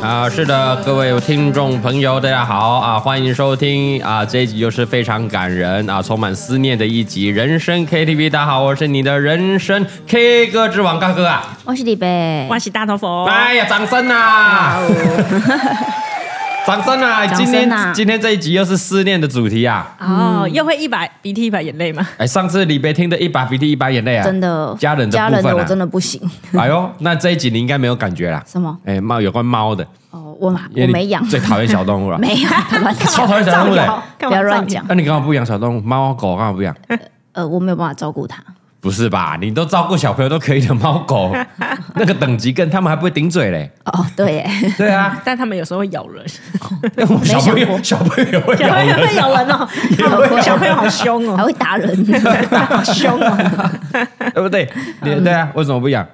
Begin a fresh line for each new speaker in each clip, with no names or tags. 啊，是的，各位听众朋友，大家好啊，欢迎收听啊，这一集又是非常感人啊，充满思念的一集《人生 KTV》。大家好，我是你的人生 K 歌之王大哥啊！
我是李贝，
我是大头佛。
哎呀，掌声啊！掌声啊！
哦掌声啊
今天今天这一集又是思念的主题啊！
哦，
嗯
又会一把鼻涕一把眼泪吗？
哎，上次李贝听得一把鼻涕一把眼泪啊，
真的
家人的
家人
部
的
分
我
啊
真的不行。
哎呦，那这一集你应该没有感觉啦。
什么
哎，猫有关猫的，
哦，我嘛
因为
我
你
没养，
最讨厌小动物了。
没有不要乱讲，
哦超讨厌小动物的
造谣
干嘛
不要乱
造
讲。
那你干嘛不养小动物？猫啊狗干嘛不养？
呃，我没有办法照顾它，
不是吧？你都照顾小朋友都可以的猫狗， 那个等级跟他们还不会顶嘴嘞。
哦，对耶，
对啊，
但他们有时候会咬人，
因为我小朋
没想
友
过
小朋友会
小
咬
朋友会
人，
咬 人哦，小朋友好凶
还
哦，
会打人。
好凶哦。
对不对？你
嗯
对啊，为什么不养？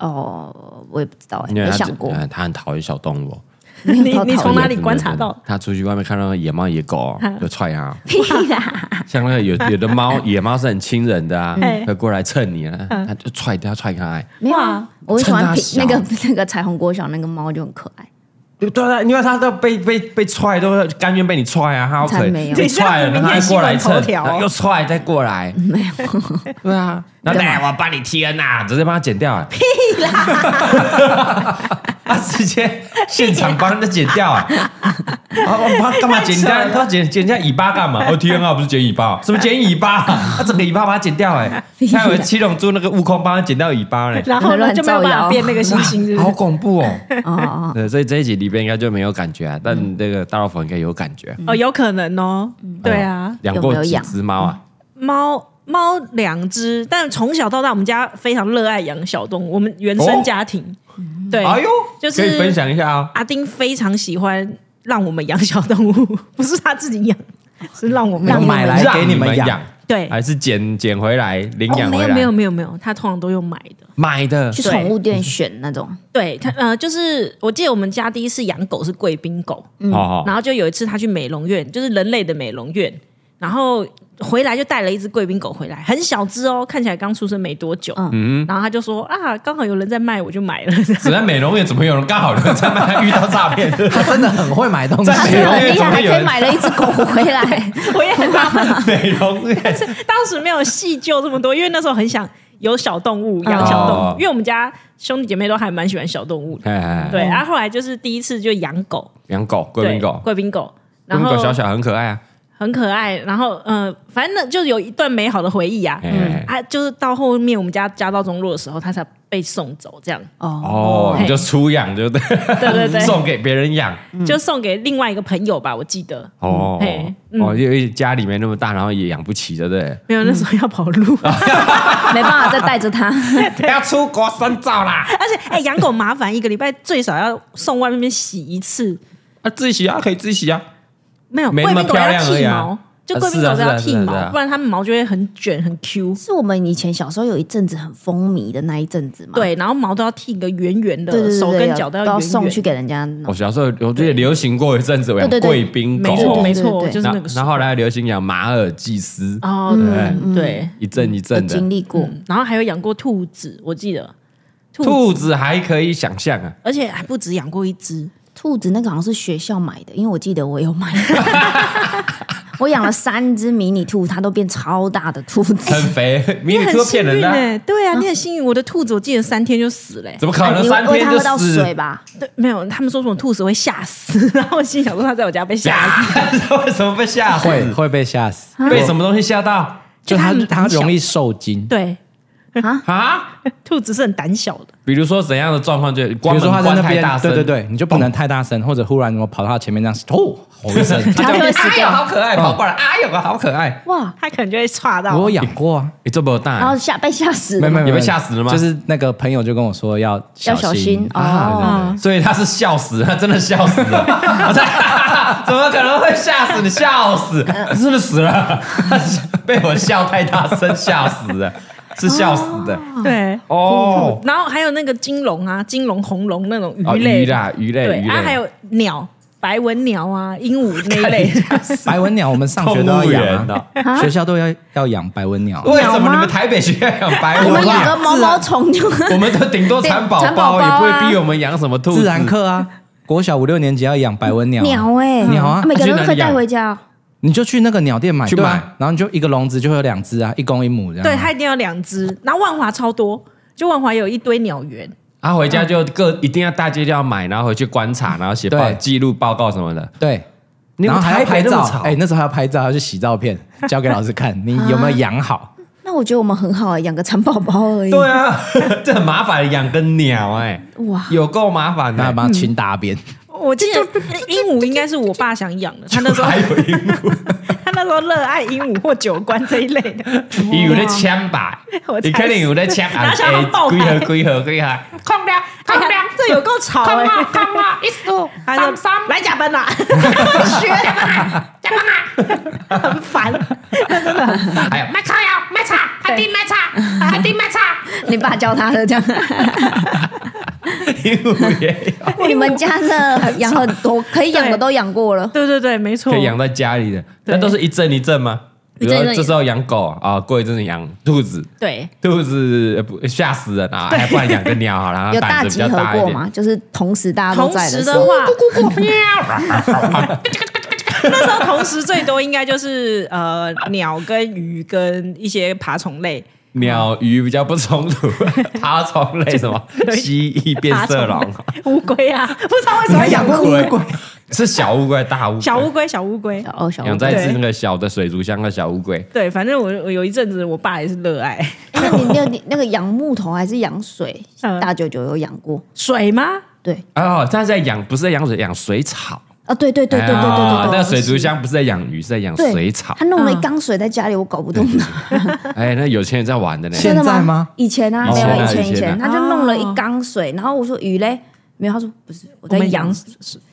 哦，我也不知道哎，
因为
没
他
想过。
呃他很讨厌小动物。
没有
你
到
你
讨
从
厌
哪里观察到？嗯
他出去外面看到野猫野狗，就踹他。
屁啦？
像那个有有的 猫，野猫是很亲人的啊
嗯，
会过来蹭你啊，它就踹它哎踹开。
没有啊，我喜
趁它
欢
小
那个那个彩虹国小那个猫就很可爱。
对对啊，因为它都被被被踹，都甘愿被你踹啊，它好可
才没
怜。
有
被踹了，然后它还过来蹭
你这样子明显新闻头，条哦
然后又踹，再过来。没有。 对啊，然后
干嘛
来我帮你贴啊呐，直接帮它剪掉。屁啦！ 他直接现场帮人家剪 掉啊！啊，我帮干嘛剪掉
太扯？了
他剪剪人家尾巴干嘛？哦天啊，不是剪尾巴，什么剪尾 巴？他整个尾巴把它剪掉哎！他以为七龙珠那个悟空帮他剪掉尾巴嘞，
然后呢就没有办法变那个星星，是 不
好
是？
恐怖哦！
哦 哦，
对，所以这一集里边应该就没有感觉啊，但
嗯
那个大老虎应该有感觉。
哦，有可能哦。
嗯
对啊
哎，呦养
有
过
没有
几
养
只猫啊？
猫。猫两只，但从小到大，我们家非常热爱养小动物。我们原生家庭，
嗯
对，
哦哎呦，
就是
可以分享一下啊。
阿丁非常喜欢让我们养小动物， 不是他自己养，是让我们
让
养
你们
让
给
你
们
们
养
养，
对，
还是捡捡回来领
哦
养
没
回
有
来？
没有没有没有，他通常都用买的。
买的
去宠物店选那种，
对他呃，就是我记得我们家第一次养狗是贵宾狗，
哦
然后就有一次他去美容院，就是人类的美容院，然后回来就带了一只贵宾狗回来，很小只哦，看起来刚出生没多久。嗯，然后他就说啊，刚好有人在卖，我就买了。
只在美容院怎么有人刚好就在那遇到诈 骗？
他真的很会买东西
在。
他
美
真的
容院怎么会有
很厉害，还可以
人
买了一只狗回 来。
我也很纳闷，
美容 院
当时没有细究这么多，因为那时候很想有小动物，养小动物，
哦
因为我们家兄弟姐妹都还蛮喜欢小动物的。
哎哎，哎
对，啊然后后来就是第一次就养狗，
养狗贵宾
对
狗，
嗯贵宾狗，
贵
然
宾
后
狗小小很可爱啊。
很可爱，然后嗯、呃反正那就有一段美好的回忆啊。
哎
啊，就是到后面我们家家道中落的时候，他才被送走，这样，
哦，
哦，
嘿
你就出养就对，
对对对
送给别人养。
就送给另外一个朋友吧，我记得。
哦
嘿嗯
哦，因为家里没那么大，然后也养不起，对不对？
没有，那时候要跑路，
没办法再带着它。
要出国深造啦！
而且哎，养狗麻烦，一个礼拜最少要送外面洗一次，
啊，自己洗啊，可以自己洗啊。
没有，
没
贵
那么
宾狗要
漂亮而已
剃
啊
毛，就
啊
贵宾
是啊
狗
是啊
要剃
是啊
毛
是啊，
不然它们毛就会很卷很 Q。
是我们以前小时候有一阵子很风靡的那一阵子嘛。
对，然后毛都要剃一个圆圆的
对对，对
手
对
跟
要
脚都
都
要圆
送去
圆。
给人家
我
弄。
哦小时候我记得流行过一阵子，我养
对对对
贵宾狗，
没
对
错，
对
没
对
错，
对
就是
然
那
后
个时
然
候。
后后来流行养马尔济斯，
哦，对对，
一阵一
有
阵的
经。历过，
嗯然后还有养过兔子，我记得兔子，
兔子还可以想象啊，
而且还不止养过一只，
兔子那个好像是学校买的，因为我记得我有买。 我养了三只迷你兔，它都变超大的兔子。 哎
很肥，迷你兔
幸
骗
运
人的啊，
欸对啊，你很幸运，我的兔子我记得三天就死了欸、
怎么可能
哎你
三
喂
天
它
就
喝到水
死？
吧？
对，没有，他们说什么兔子会吓死， 然后我心想说它在我家被吓死，
为什么被吓死？
会会被吓死，
被什么东西吓到
就
它
他
很
他容易受惊。
对，
啊？
兔子是很胆小的，
比如说怎样的状况就
比
关
如说
门
他在
关
那
太
边
大，声，哦
对对对，你就不能太大声，或者忽然我跑到他前面这样，哦，吼 一 声。
它就会死
哎呦，
掉。
好可爱，跑过来，哎呦，好可爱，
哇！
它可能就会岔到。
我有养过啊，
你这么
然后
大，
吓被吓死
没
了，
没没，
哦你被吓死了吗
就是那个朋友就跟我说要
要
小
小心
啊，
哦。
所以他是笑死，他真的笑死了， 怎么可能会吓死你？笑死，是不是死了？ 被我笑太大声吓死了，是笑死的
对，
哦。
然后还有那个金龙啊，金龙、红龙那种鱼
哦，
类，
鱼啦，鱼类，
对，
鱼
啊，
类。
还有鸟，白纹鸟啊，鹦鹉那一 类，
对对白纹鸟我们上学都要养啊，学校都要要养白纹鸟。啊
为什
鸟
么
吗
你们台北学校养白
哦我
纹
们养个
鸟？
毛毛虫就
我们都顶多蚕宝
蚕宝
宝，
宝
也不
啊
会逼我们养什么兔子。
自然课啊，国小五六年级要养白纹鸟 啊，
鸟哎、
嗯
欸，
鸟啊
每个
去
人
哪
都
里
可以带
养
回家哦。
你就去那个鸟店 买，
去
对啊
买
然后你就一个笼子就会有两只啊，一公一母这样。
对，它一定要两只。然后万华超多，就万华有一堆鸟园，
啊，回家就各一定要大街就要买，然后回去观察，然后写报
对
记录报告什么的。
对，
你
然后
们
还要
台北
拍
那
照
么吵，
哎、那时候还要拍照，还要去洗照片，交给老师 看你有没有养好。
那我觉得我们很好、欸，养个蚕宝宝而已。
对啊， 这很麻烦，养个鸟哎、
哇，嗯
有够麻烦的、
然后把它亲大便，
我记得鹦鹉应该是我爸想养的，他那时候
还有一幕，
他那时候热爱鹦鹉或九官这一类的。
有在签吧
我？猜
你肯定有在 签
拿小红爆
龟
开
和龟和龟和，
空掉，空掉，这有够吵哎、欸！ 空啊，一数三三，来加班啦！学加班啦，加班啦，很烦。
还 有
卖草药，卖茶，阿弟卖茶，阿弟卖茶。
你爸教他的这样。
鹦鹉也有，
你们家的养很多，可以养的都养过了。
对对对，没错
可。以养在家里的，
对
那都是一阵一阵吗？比
一
如
阵一阵
说这时候养狗啊，过一阵子养兔子，
对，
兔子呃不吓死人 啊，还不然养个鸟好了，然后
有大
啊胆子
集
比较
合
大一
过
点。
吗？就是同时大家都
同
在
时
时
的
候，
话，那时候同时最多应该就是呃鸟跟鱼跟一些爬虫类，
鸟鱼比较不冲突， 爬虫类什么 蜥蜴变色龙，
乌龟啊，不知道为什么养
乌龟是小乌龟大乌龟
小乌龟，小乌龟。
哦，小
养
乌
在
龟。
是那个小的水族箱的小乌龟，
对，反正我我有一阵子，我爸也是热爱
那你那你那个养木头还是养水？
嗯
大舅舅有养过，
水吗？
对
哦，他在养不是在养水，养水草。
啊，对对对对对对
哎
对
呀
对，
那水族箱不是在养鱼，是在养
对
水草
他。弄了一缸水在家里，我搞不懂他。
哎，那有钱人在玩的呢。
现
真的
在吗？
以前啊，
以
没
前啊
有以前
以前啊
以前，他就弄了一缸水，然后我说鱼嘞，没有，他说不是，我在
我们
养
养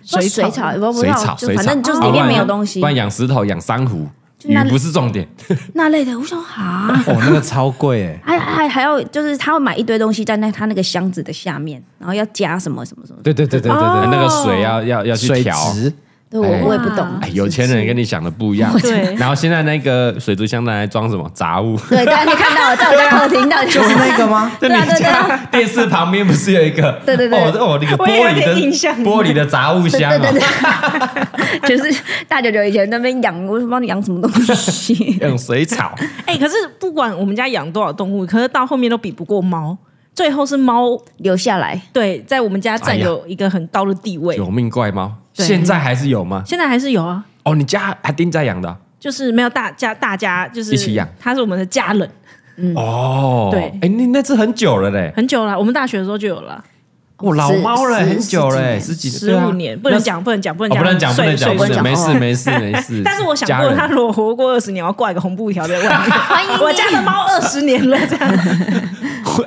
说水草，不不
水草，
就
水草，
反正就是
啊
里
不
面
然
没有东西
不然养石头，养珊瑚，鱼
那
不是重点。
那类的。我想啊，。
哦，那个超贵
还
哎
还还要就是他会买一堆东西在那他那个箱子的下面，然后要加什么什么什么。
对对对对对
哎
哦
对，
那个水要要要去
水
调。
质
对我
哎
我也不懂
哎，，有钱人跟你想的不一样。
对
然后现在那个水族箱拿来装什么杂物？
对，大家可以看到我在我家客厅，到底
就是那个吗？
就
对啊
你
对对
家 电视旁边不是有一个？
对对对
哦，这哦那个
我也有
玻璃
点
的
印象
玻璃的杂物箱
对对
啊，。
对对， 就是大舅舅以前那边养，我不知道养什么东西
用水草。
哎、可是不管我们家养多少动物，可是到后面都比不过猫。最后是猫，
留下来，
对，在我们家占有一个很高的地位。
哎有命怪猫，
对
现在还是有吗？
现在还是有啊，
哦，你家还丁在养的啊、
就是没有大家大家就是
一起养，
它是我们的家人，
哦，
对
哎，你那只很久了嘞，
很久了。我们大学的时候就有了，
哦，老猫了，
十
很久嘞，十
十
几
十五年，不能，讲，不能讲，不
对
能
啊啊哦
讲，
不能讲，不能
睡
讲，
睡
不
睡
能，没事，
哦
没事，没事。
但是我想
家
过，
人
它如果活过二十年，我要挂一个红布 条在外面。
欢迎你
我家的猫二十年了，这样。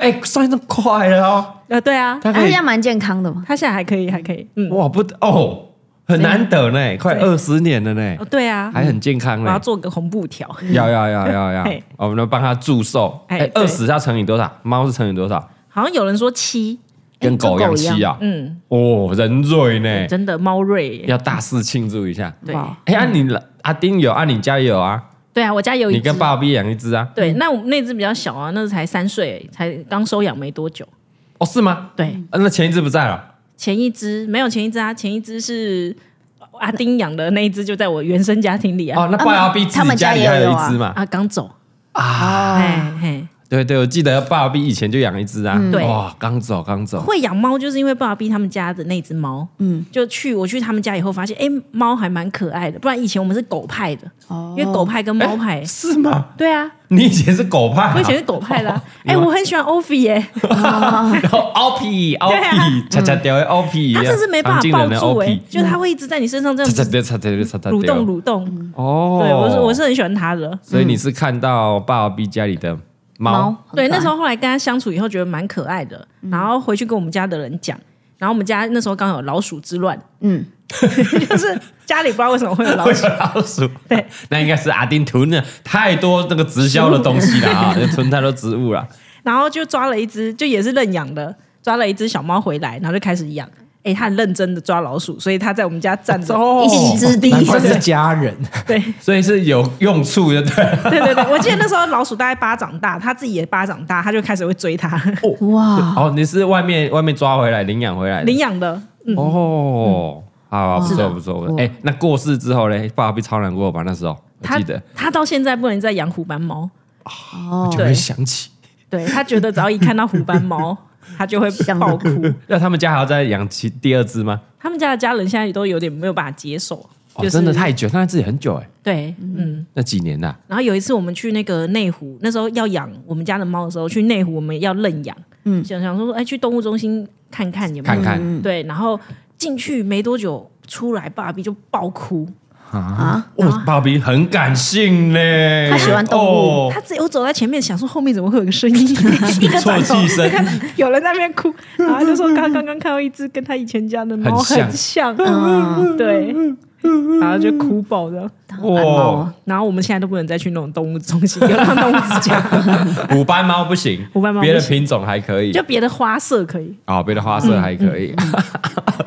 哎，算这么快了哦，
呃，对啊，
它
哎他
可
现
以
在蛮健康的嘛。
它现在还可以，还可以。嗯，
哇不哦，很难得呢，快二十年了呢
哦，，对啊，
还很健康
我要
呢。
做个红布条。
要要要要要
嘿，
我们要帮它祝寿。
哎
哎，
对
二十要乘以多少？猫是乘以多少？
好像有人说七，
跟狗一样
跟狗一样
七啊！
嗯，
哦，人瑞呢，
真的猫瑞耶。
要大肆庆祝一下。
对
哇
哎、啊你阿丁有，啊你家有啊，
对啊，我家有一
你
只
跟。爸比养一只啊？
对，那我们那只比较小啊，那才三岁，才刚收养没多久。
哦，是吗？
对，
啊、那前一只不在了，
前一只没有前一只啊，前一只是阿丁养的那一只，就在我原生家庭里啊。
哦，那爸爸比自
他
己
们
家
家
里
也
还有
有
一只嘛？
啊，刚走。
啊，
哎嘿，
对对，我记得爸比以前就养一只啊。
嗯对
哇，刚走刚走，
会养猫就是因为爸爸逼他们家的那只猫，嗯，就去我去他们家以后发现，哎，猫还蛮可爱的。不然以前我们是狗派的，
哦
因为狗派跟猫派，
是吗？
对啊，
你以前是狗派、啊，
我以前是狗派的啊。
哦
哎，我很喜欢 o f i 耶，
然后凹皮凹
对啊
皮，恰恰掉凹皮，
他真是没办
常
法
见
抱
人的凹
住哎
皮，，
就是他会一直在你身上这样
恰恰
子
掉恰恰掉恰恰
蠕动
掉。
蠕
嗯
动。
啊哦，
对，我是我是，很喜欢他的。
所以你是看到爸比家里的猫，
很可爱嗯
对，那时候后来跟他相处以后，觉得蛮可爱的，然后回去跟我们家的人讲，然后我们家那时候刚好有老鼠之乱，
嗯，
就是家里不知道为什么会有老
会
鼠，
有 老鼠，对，那应该是阿丁囤了太多那个直销的东 西了啊，就囤太多植物了。
然后就抓了一只，就也是认养的，抓了一只小猫回来，然后就开始养。哎，他很认真的抓老鼠，所以他在我们家站着。
一席之地
难怪是家 人，
对
哦所以是有用处的，对了。
对对对，我记得那时候老鼠大概巴掌大，他自己也巴掌大，他就开始会追它。
哇，
哦，你是外面外面抓回来领养回来的
领养的，嗯
哦，啊，不
是
错
的
不错。哎，那过世之后嘞，爸爸被超难过吧？那时候我
哦他
记得，
他到现在不能再养虎斑猫，
哦，
哎
就会想起。
对他觉得只要一看到虎斑 猫，他就会爆哭。
呃那他们家还要再养其第二只吗？
他们家的家人现在也都有点没有办法接受，
哦，真的太久，那自己很久哎，
对，嗯。
那几年呐？
然后有一次我们去那个内湖，那时候要养我们家的猫的时候，去内湖我们要认养，嗯，想想说，哎，去动物中心看看有没有，
看
嗯
嗯看
对，然后进去没多久出来，爸比就爆哭，啊
哇，爸哦比很感性嘞，
他喜欢动物
哦
他自己我走在前面，想说后面怎么会有个声音， 一个转头
啜泣声
就看到有人在那边哭，然后他就说刚刚刚看到一只跟他以前家的猫
很嗯
很像， 对，然后就哭爆的。
爱猫
哇，
然后我们现在都不能再去那种动物中心，流浪动物之家，
虎斑猫不行，
虎斑猫不
别
行
的品种还可以，
就嗯别的花色可以。
啊，别的花色还可以。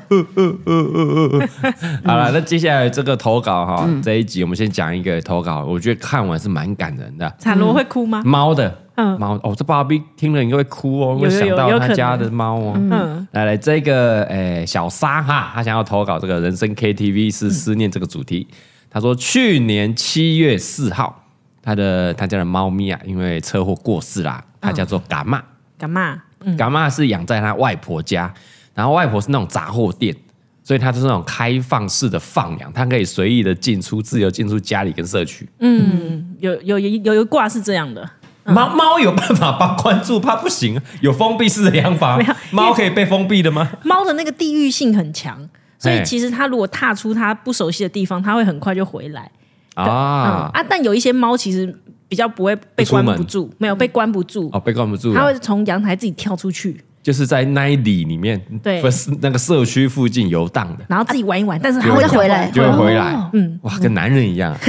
嗯
好了，那接下来这个投稿哈，
嗯
这一集我们先讲一个投稿，我觉得看完是蛮感人的。
产罗会哭吗？
猫的，
嗯
猫哦，这爸比听了应该会哭哦，
有
会
有有
想到
有
他
可
家
能
的猫哦。
嗯，
来来，这个诶小沙哈，他想要投稿这个人生 KTV
嗯
是思念这个主题。他说去年七月四号，他的他家的猫咪啊，因为车祸过世啦，
嗯
他叫做嘎玛。
干嘛？
干妈是养在他外婆家，然后外婆是那种杂货店，所以他就是那种开放式的放养，他可以随意的进出，自由进出家里跟社区。
嗯有有有有有一卦是这样的，
猫猫有办法帮关住它不行啊，有封闭式的养法
没有因为，
猫可以被封闭的吗？
猫的那个地域性很强，所以
嘿
其实它如果踏出它不熟悉的地方，它会很快就回来。嗯
啊，
啊，但有一些猫其实比较不会被关
不出门
不住，没有被关不住，
哦，被关不住
它
了，
会从阳台自己跳出去，
就是在那一里里面，
对
不是那个社区附近游荡的。
然后自己玩一玩，但是它
就
会
再回来
就会回来
哦，
嗯，哇，跟男人一样，啊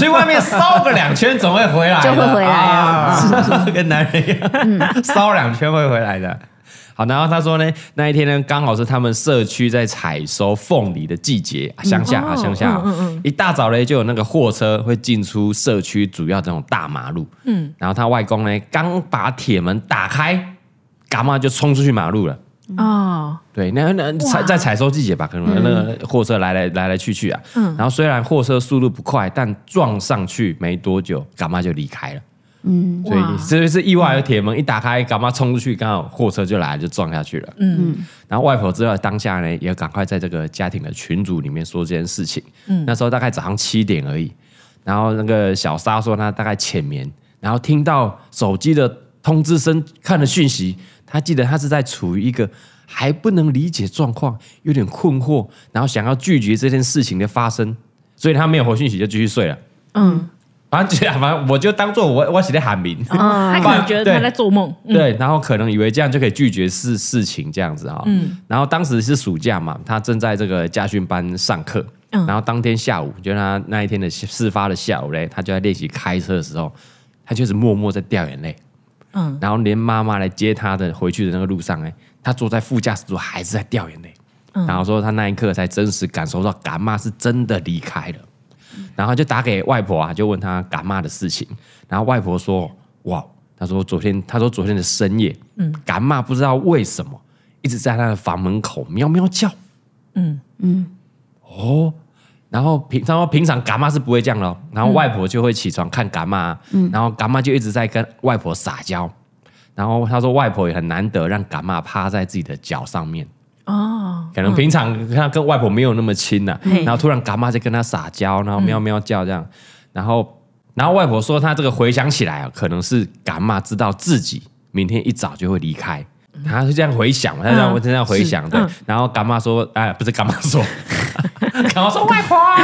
去外面骚个两圈总会回来的，
就会回来啊嗯
啊，跟男人一样，骚两圈会回来的。好，然后他说呢，那一天呢，刚好是他们社区在采收凤梨的季节，啊乡下啊，
哦
乡下啊，一大早嘞就有那个货车会进出社区主要这种大马路，嗯，然后他外公呢刚把铁门打开，嘎嘛就冲出去马路了。
哦，
对，那那采在采收季节吧，可能那个货车来来来来去去啊。然后虽然货车速度不快，但撞上去没多久，干妈就离开了。嗯，所以
哇
这就是意外的铁门一打开，干妈冲出去，刚好货车就来了就撞下去了。嗯，然后外婆知道当下呢，也赶快在这个家庭的群组里面说这件事情。嗯，那时候大概早上七点而已。然后那个小沙说他大概浅眠，然后听到手机的通知声，看了讯息，他记得他是在处于一个还不能理解状况，有点困惑，然后想要拒绝这件事情的发生，所以他没有回讯息就继续睡了。
嗯，
反正就反正我就当做我我写在喊名，
它可
哦
能觉得它在做梦，嗯
对，然后可能以为这样就可以拒绝事事情这样子啊、嗯，然后当时是暑假嘛，他正在这个家训班上课，
嗯
然后当天下午，就他那一天的事发的下午嘞，他就在练习开车的时候，他就是默默在掉眼泪，嗯
嗯，
然后连妈妈来接他的回去的那个路上，哎，他坐在副驾驶座还是在掉眼泪，
嗯
然后说他那一刻才真实感受到干妈是真的离开了。然后就打给外婆啊，就问她干妈的事情。然后外婆说：“哇，她说昨天，她说昨天的深夜，嗯，干妈不知道为什么一直在她的房门口喵喵叫，嗯嗯，哦。”然后平，然后平常干妈是不会这样的哦，然后外婆就会起床看干妈，然后干妈就一直在跟外婆撒娇，然后她说外婆也很难得让干妈趴在自己的脚上面，
哦，
可能平常他跟外婆没有那么亲呐、
嘿嗯
然后突然干妈在跟他撒娇，然后喵喵叫这样，然后然后外婆说她这个回想起来啊，可能是干妈知道自己明天一早就会离开。她是这样回想，她这样、
嗯
这样回想，对。
嗯
然后干妈说：“哎，不是干妈说， 干妈 说外婆、啊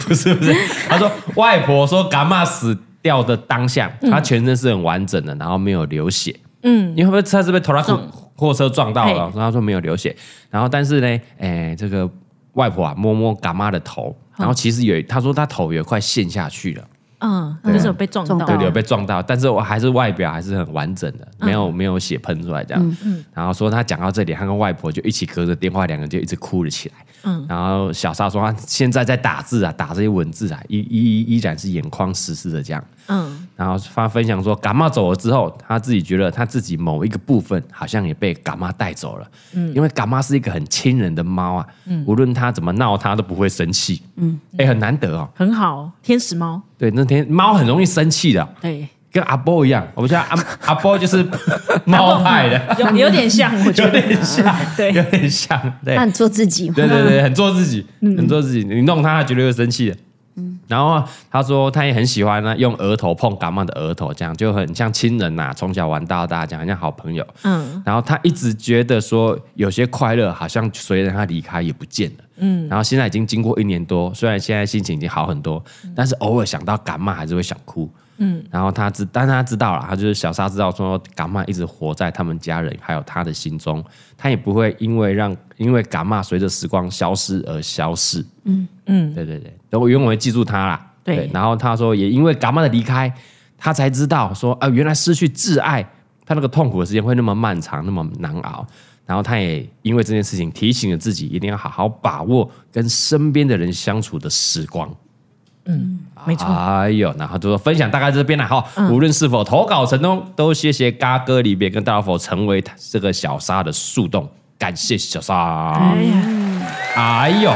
不是不是，她说外婆说干妈死掉的当下，她全身是很完整的，然后没有流血。
嗯，
因为他是被拖拉机货车撞到了，
嘿
然后他说没有流血，然后但是呢，哎、这个外婆啊摸摸干妈的头，然后其实有他说他头有一块陷下去了，
嗯，就是有被撞到，
撞
对
到
对，有被撞到，但是我还是外表还是很完整的，没有、没有血喷出来这样。然后说他讲到这里，他跟外婆就一起隔着电话，两个人就一直哭了起来。
嗯
然后小沙说他现在在打字啊，打这些文字啊，依依依然是眼眶湿湿的这样。
嗯，
然后他分享说，感冒走了之后，他自己觉得他自己某一个部分好像也被感冒带走了。因为感冒是一个很亲人的猫啊，无论它怎么闹，它都不会生气。嗯，哎、很难得哦。
很好，天使猫，
对，那天猫很容易生气的，
对，
跟阿波一样。我们家阿阿波就是 猫派的，
有有点像，我 觉
有
得
点 像，
对
有点像，对
那。你做自己嘛。
对对对，很做自己，很做自己。你弄他，他绝对会生气的。然后他说他也很喜欢呢，用额头碰感冒的额头，这样就很像亲人呐、从小玩到大，这样很像好朋友。
嗯
然后他一直觉得说，有些快乐好像随着他离开也不见了。嗯，然后现在已经经过一年多，虽然现在心情已经好很多，但是偶尔想到感冒还是会想哭。嗯，然后他知，但他知道了，他就是小沙知道说，感冒一直活在他们家人还有他的心中，他也不会因为让因为感冒随着时光消失而消逝。
嗯，
对对对，等我永远会记住他啦。
对
然后他说也因为感冒的离开，他才知道说啊、原来失去挚爱，他那个痛苦的时间会那么漫长，那么难熬。然后他也因为这件事情提醒了自己，一定要好好把握跟身边的人相处的时光。
没错，嗯
哎呦，然后就说分享大概这边了哈。无论是否投稿成功，都谢谢嘎哥里边跟大老佛成为这个小沙的树洞，感谢小沙。
哎呀，嗯
哎呦，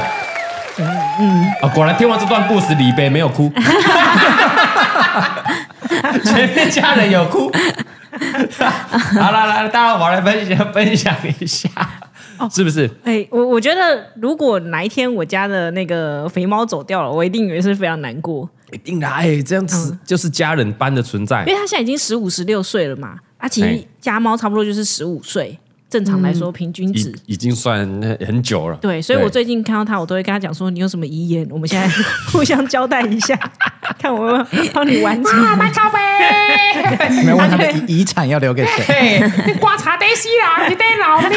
嗯，啊，果然听完这段故事，李贝没有哭， 前面家人有哭。好了，来，大家我来分享分享一下，是不是？
哎，我我觉得如果哪一天我家的那个肥猫走掉了，我一定也是非常难过，
一定的，哎，这样子就是家人般的存在
嗯因为。它现在已经十五十六岁了嘛，啊，其
哎
实家猫差不多就是十五岁，正常来说平均值
已。已经算很久了，
对，所以我最近看到他，我都会跟他讲说，你有什么遗言，我 们现在互相交代一下， 看我们 帮你完成。
妈妈超呗，
没有问 他的遗遗产要留给谁？
嘿，你观察得死人，你得老了。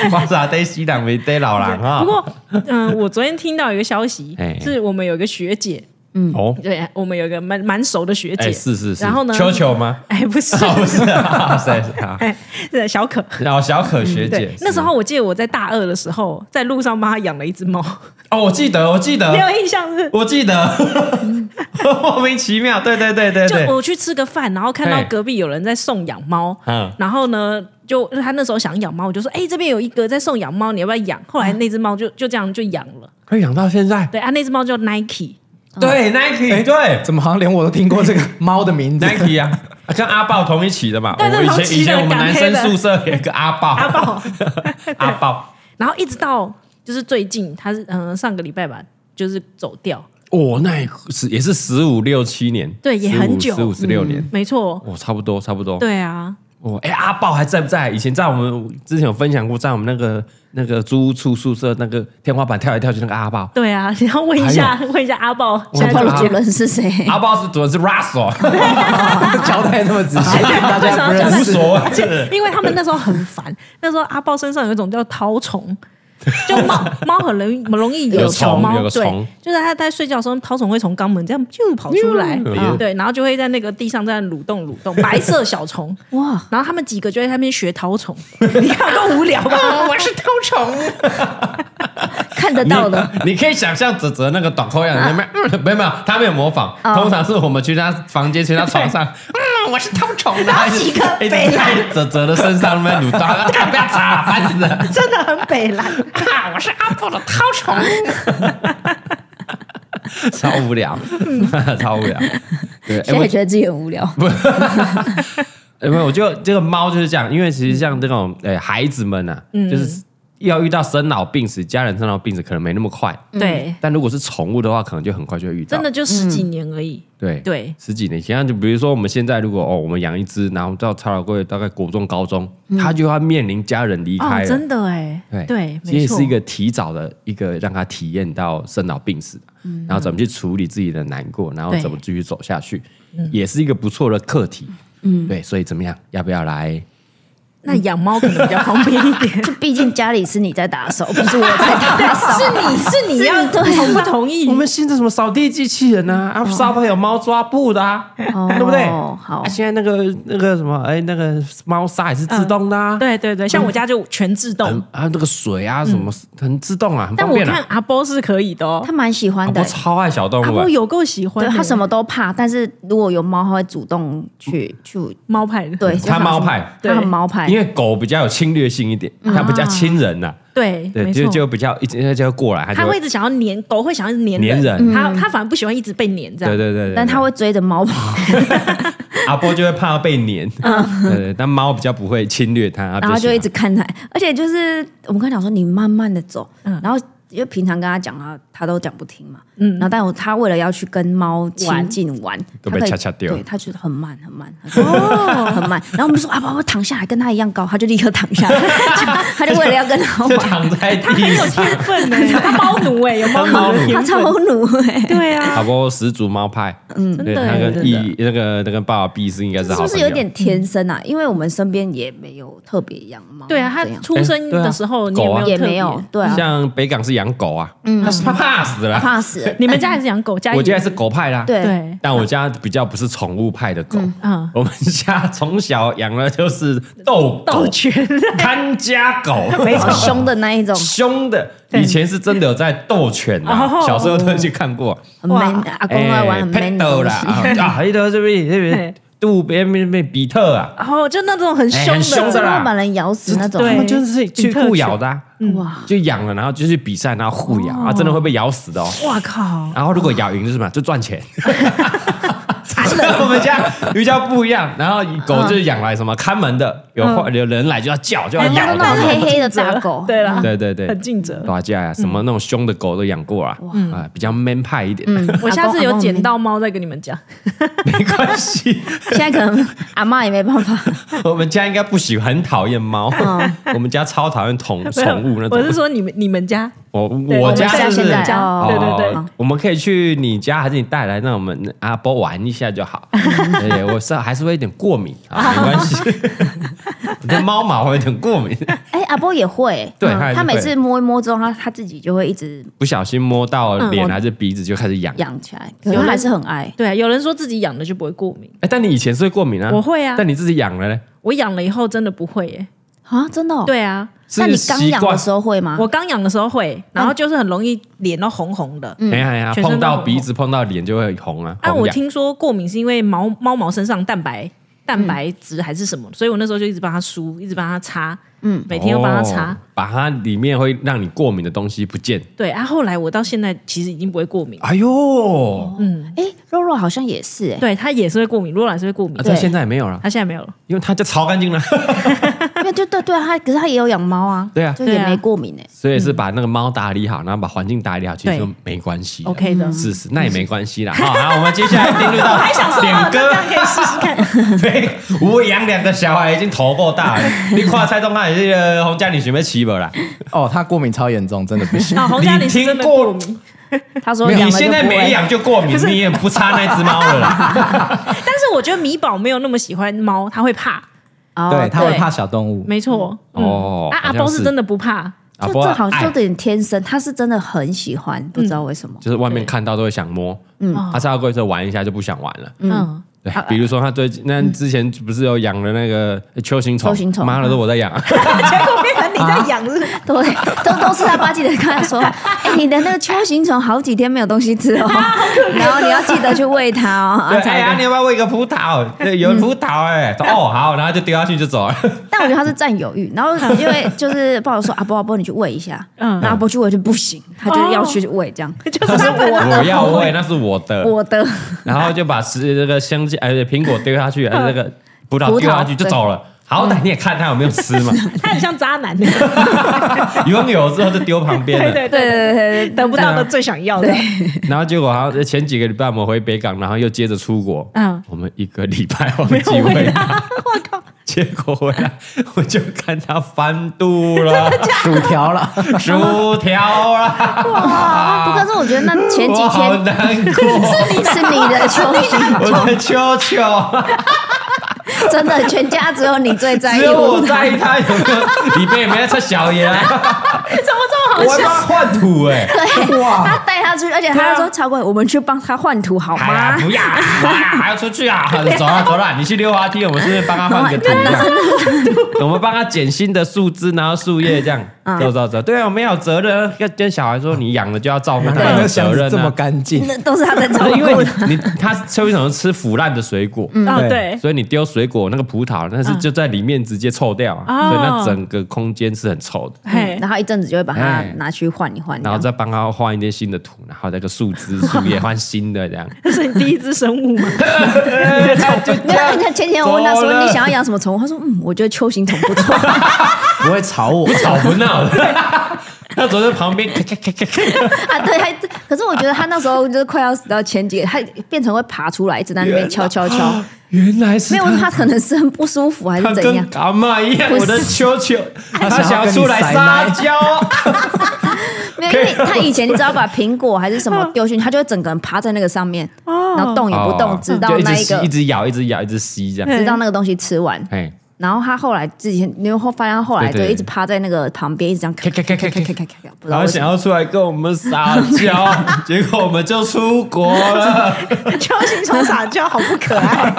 哇塞，得西朗没得老狼啊
不！过，嗯、我昨天听到一个消息
哎，
是我们有一个学姐，
哦，
对我们有一个蛮蛮熟的学姐，
哎，是是是，
然后呢，
球球吗？
哎，不是，
哦，不是，啊，是是啊，
哎，是小可。
然后小可学
嗯对
姐，，
那时候我记得我在大二的时候，在路上帮他养了一只猫，
哦，我记得，我记得，
你有印象是？
我记得， 莫名其妙，对对对对
就
对，
我去吃个饭，然后看到
嘿
隔壁有人在送养猫
嗯，
然后呢，就他那时候想养猫，我就说，哎、这边有一个在送养猫，你要不要养？后
啊
来那只猫就就这样就养了，
会养到现在，
对啊，那只猫叫 Nike，
对 Nike，对
怎么好像连我都听过这个 猫的名字？
Nike 啊，跟阿豹同一起的嘛，
对对
我以
同
前以
期的
前我们男生
港黑的
宿舍有一个阿豹，
阿豹，
阿豹，
然后一直到就是最近，他是嗯、呃上个礼拜吧，就是走掉，
哦，那是也是十五六七年，
对也很久
十五十六年，
没错，
哦，差不多差不多，
对啊，
哦，哎，阿豹还在不在？以前在我们之前有分享过，在我们那个那个租屋处宿舍那个天花板跳来跳去那个阿豹，
对啊，你要问一下问一下阿豹现在
小
怎
豹
么
的主人是谁？
阿豹是主要是 Russell，
交代那么仔 细，大家不认
无
识。
所谓。
因为他们那时候很烦，那时候阿豹身上有一种叫 绦虫，就猫猫很容易容易
有
小
虫
猫，
有个
对
虫，
就是它在睡觉的时候，绦虫会从肛门这样就跑出来，
嗯
啊对，然后就会在那个地上这样蠕动蠕动，白色 小虫，
哇，
然后他们几个就在那边学绦虫，你看够 无聊吧？
我是偷虫，
看得到的。
你可以想象泽泽那个短裤样，没有没有没有没有，他没有模仿，通常是我们去他房间，去他床上，
嗯，我是偷虫的。
然后几个一直在泽泽的身上那边撸抓，不要擦，烦死了。
真的很北蓝，
啊，我是阿布的绦虫，
超无聊，超无聊。对，哎
现在
我
也觉得自己很无聊，
哎没有，我就这个猫就是这样，因为其实像这种诶、哎孩子们呐、啊，就是要遇到生老病死，家人生老病死可能没那么快，
对，
但如果是宠物的话，可能就很快就会遇到。
真的就十几年而已，
对
对
十几年前，像就比如说我们现在如果哦，我们养一只，然后到超老贵大概国中、高中，它就要面临家人离
嗯哦
开，嗯了。
真的哎，对，
其实
没
也
错，嗯
是一个提早的一个让他体验到生老病死，然后怎么去处理自己的难过，然后
对
怎么继续
嗯
走下去，也是一个不错的课题。嗯，对，所以怎么样？要不要来
那养猫可能比较方便一点。
毕竟家里是你在打扫，不是我在打扫。
是你是你要
是 对
同不同
啊
意
我？们现在什么扫地机器人啊，
哦
啊，沙发有猫抓布的、啊，对不对？
哦好
啊现在那个那个什么，哎，那个猫砂也是自动的、啊
对对对，像我家就全自动
很，啊，那个水啊什么、很自动啊，很
但
方
我
便
看
啊。
阿波是可以的哦
他，蛮喜欢的
我，超爱小动
阿
物、
波
啊，
有够喜欢
对
的，
他什么都怕，但是如果有猫，他会主动去去，
猫派的，
对，
他猫派
他很猫派
因，为狗比较有侵略性一点，它比较亲人呐、
对
对，
没
就
错。
就比较一直就过来，它
他
就
会一直想要黏，狗会想要黏
黏人
嗯
他他反而不喜欢一直被黏这
对
样。
对对对，
但他
对
会追 着猫跑，
阿波就会怕被撵， 对对，但猫比较啊不会侵略它，它比较
啊然后
喜
就
欢
一直看他，而且就是我们跟他讲说你慢慢的走，然后因为平常跟他讲他他都讲不听嘛，嗯，然后但我他为了要去跟猫亲近玩，
都
他
被
可以
恰恰掉
对他觉得很慢很慢，哦，很慢，然后我们说啊，宝宝躺下来跟他一样高，他就立刻躺下来， 他就为了要跟他
就
玩，
躺在
他很
地
有
上。
天分呢， 他猫奴哎，有猫奴的
他
天
超
分。
努哎、
对 啊，
阿波十足猫派，嗯，对，
真的
他
耶
跟
真的
一那个那个爸爸 B 是应该是
是
好
不是
朋
有
友，
点天生啊？因为我们身边也没有特别养猫这
对
样，
啊，他出生的时候
哎
你有没有
也
特别
没有，对啊，
像北港是养狗啊，嗯，他是怕怕死了啦，
怕死 了，
你们家还是养狗，家里
我家是狗派啦，，
对
对，
但我家比较不是宠物派的狗，
嗯，
我们家从小养的就是斗
斗
狗、
犬，
看家狗，
没
好凶的那一种，
凶的，以前是真的有在斗犬啊
哦，
小时候都去看 过，
很 man，阿公爱玩很 man 的
Pet
东
哎啦
西。
啊，啊，还有这边这边
嘿
渡边边边比特啊，
然后就那种很
哎
凶
很
的
凶的
真的会把
啦，
人咬死 那种。
他们
对
就是去互咬的啊，
哇，
就养了，然后就去比赛，然后互咬啊，真的会被咬死的哦。
哇靠！
然后如果咬赢就是什么，就赚钱。我们家瑜伽不一样，然后狗就是养来什么看门的，有有人来就要叫，就要
人家
咬
都哎那
的
种黑黑的大狗，
对啦，
对对对，啊
很尽责
打架呀，什么那种凶的狗都养过啊，啊，比较 man 派一点，
嗯
我下次有捡到猫再跟你们讲。
没关系。
现在可 能阿嬷也没办法，
我们家应该不喜欢，很讨厌猫， 我们家超讨厌宠宠物那
我是
种。
说你们你们家
我
对
我家
我们家
是
现在
哦
哦
对对对
哦，我们可以去你家，还是你带来让我们阿波玩一下就 好。对，我是还是会有点过敏啊，没关系，我对猫毛会有点过敏，
哎，阿波也会，
对
嗯
他也是
他每
会
次摸一摸之后，他他自己就会一直
不小心摸到
嗯
脸还是鼻子就开始痒。
养起来，可是他还是很爱。
对啊，有人说自己养的就不会过敏，
哎，但你以前是会过敏啊？
我会啊
但你自己养了嘞？
我养了以后真的不会耶。
啊，真的、哦？。
对啊，
那
是
你刚
习
养
惯
的时候会吗？
我刚养的时候会，然后就是很容易脸都红红的。
哎呀哎呀，
嗯全身
碰
都
到
红
鼻子碰到脸就会红啊。
但
红
我
痒
听说过敏是因为毛猫毛身上蛋白蛋白质还是什么，所以我那时候就一直帮它梳，一直帮它擦，嗯，每天都帮它擦
哦。把它里面会让你过敏的东西不见。
对啊，后来我到现在其实已经不会过敏，
哎呦，
哎，肉肉好像也是哎、
对它也是会过敏，罗兰是会过敏
啊，，
对
他现在也没有了，
它现在没有了。
因为他就超干净了，
因为就对对啊，他可是他也有养猫啊，
对啊
就也
对啊
没过敏哎、
所以是把那个猫打理好，然后把环境打理好，其实
对
就没关系的。
OK 的
是是，那也没关系啦。好，好，我们接下来进入到点歌， 对，我养两个小孩已经头够大了，你跨蔡宗汉也是洪嘉玲学妹起不啦？
哦，他过敏超严重，真的不行。
哦
啊，红嘉玲是真的过敏，
他说养
你
了就
现
不
在没
会。
养就过敏，你也不差那只猫了啦。
但是我觉得米宝没有那么喜欢猫，他会怕。
哦
对，他会
对
怕小动物。
没错，嗯
哦
啊，阿
好像
包
是
是真的不怕，
啊
就
不过
这好像
哎
有点天生，他是真的很喜欢，不知道为什么。
就是外面看到都会想摸，嗯，他上过一次玩一下就不想玩了。
嗯，
对，比如说他最近那之前不是有养了那个球形虫，
球形虫
妈的都我在养，
结果变成你在养是不是
对，都都是他爸记得跟他说， 哎、你的那个秋行虫好几天没有东西 吃哦，然后你要记得去喂它哦。啊
对，
才
哎呀，你要不要喂个葡萄？对，有葡萄哎，说哦好，然后就丢下去就走了。
但我觉得他是占有欲，然后因为就是爸爸说啊阿波阿波你去喂一下，
嗯
然后阿波去喂就不行，他就要去喂这样，
就是他本人
我要喂，那是我的，
我的
然后就把吃这个香蕉哎苹果丢下去，哎那个葡萄丢下去就走了。好歹你也看他有没有吃嘛，
他很像渣男，对
拥有之后就丢旁边了。
对对
对对
得不到的最想要的，
然后结果好像前几个礼拜我们回北港，然后又接着出国，
嗯
我们一个礼拜忘
没
记
有
喂
味
它
道，我靠，
啊结果回来我就看它翻肚了，
薯条了，
薯条啦，
哇！哦不过是我觉得那前几
我好啊
天
难过，
是你的秋行，
我的秋秋，
真的，全家只有你最在
只
意
有我
我。
在意他有没有里面有没有吃小盐，
怎么这么好
我
笑？
他换土哎、
他带他出去，而且他说：“超贵，我们去帮他换图好
哎呀
吗，
不要啊，还要出去啊！走啦走啦，你去溜滑梯，我们顺便帮他换个图，我们帮他捡新的树枝，然后树叶这样，
嗯
走走走。对啊，我们要有责任啊，要跟小孩说，你养了就要照顾他，
那
要有
个
责
箱子
任
这么
啊。
干净，
那都是他在 照
因为
顾的。
你你他邱医生吃腐烂的水果，
哦，
对
对，
所以你丢水果那个葡萄，那是就在里面直接臭掉啊，
嗯哦
所以那整个空间是很臭的。
嗯
嘿，
然后一阵子就会把它
哎
拿去换一换，
然后再帮他换一点新的土，然后那个树枝树叶换新的这 样。
这是你第一只生 物吗？
没有，你看前几天我问他
走
说
了
你想要养什么宠物，他说嗯，我觉得球形桶 不错。
不会吵我。
吵不闹 的。他走在旁边，咔咔咔咔咔
啊，对，还可是我觉得他那时候就是快要死到前几个，他变成会爬出来，一直在那边敲 敲敲。
原来是
没有，他可能是很不舒服还
他
是 怎样
跟？阿妈一样，
不是
我的球 球，他
想要
想要
跟你
出来
塞
撒
奶
娇。
没有，因为他以前你只要把苹果还是什么丢进去，他就会整个人爬在那个上面，然后动也不动，直到
哦就一直
那一
吸
个
一，直咬，一直咬，一直吸这样。
直到那个东西吃完。
哎，
然后他后来自己，你会发现他后来就
对对
一直趴在那个旁边，一直这样咔咔咔咔咔咔咔，不
然
知道
后
为什
想
么。
要出来跟我们撒娇，啊 结果我们就出国了。
敲形虫撒娇好不可爱，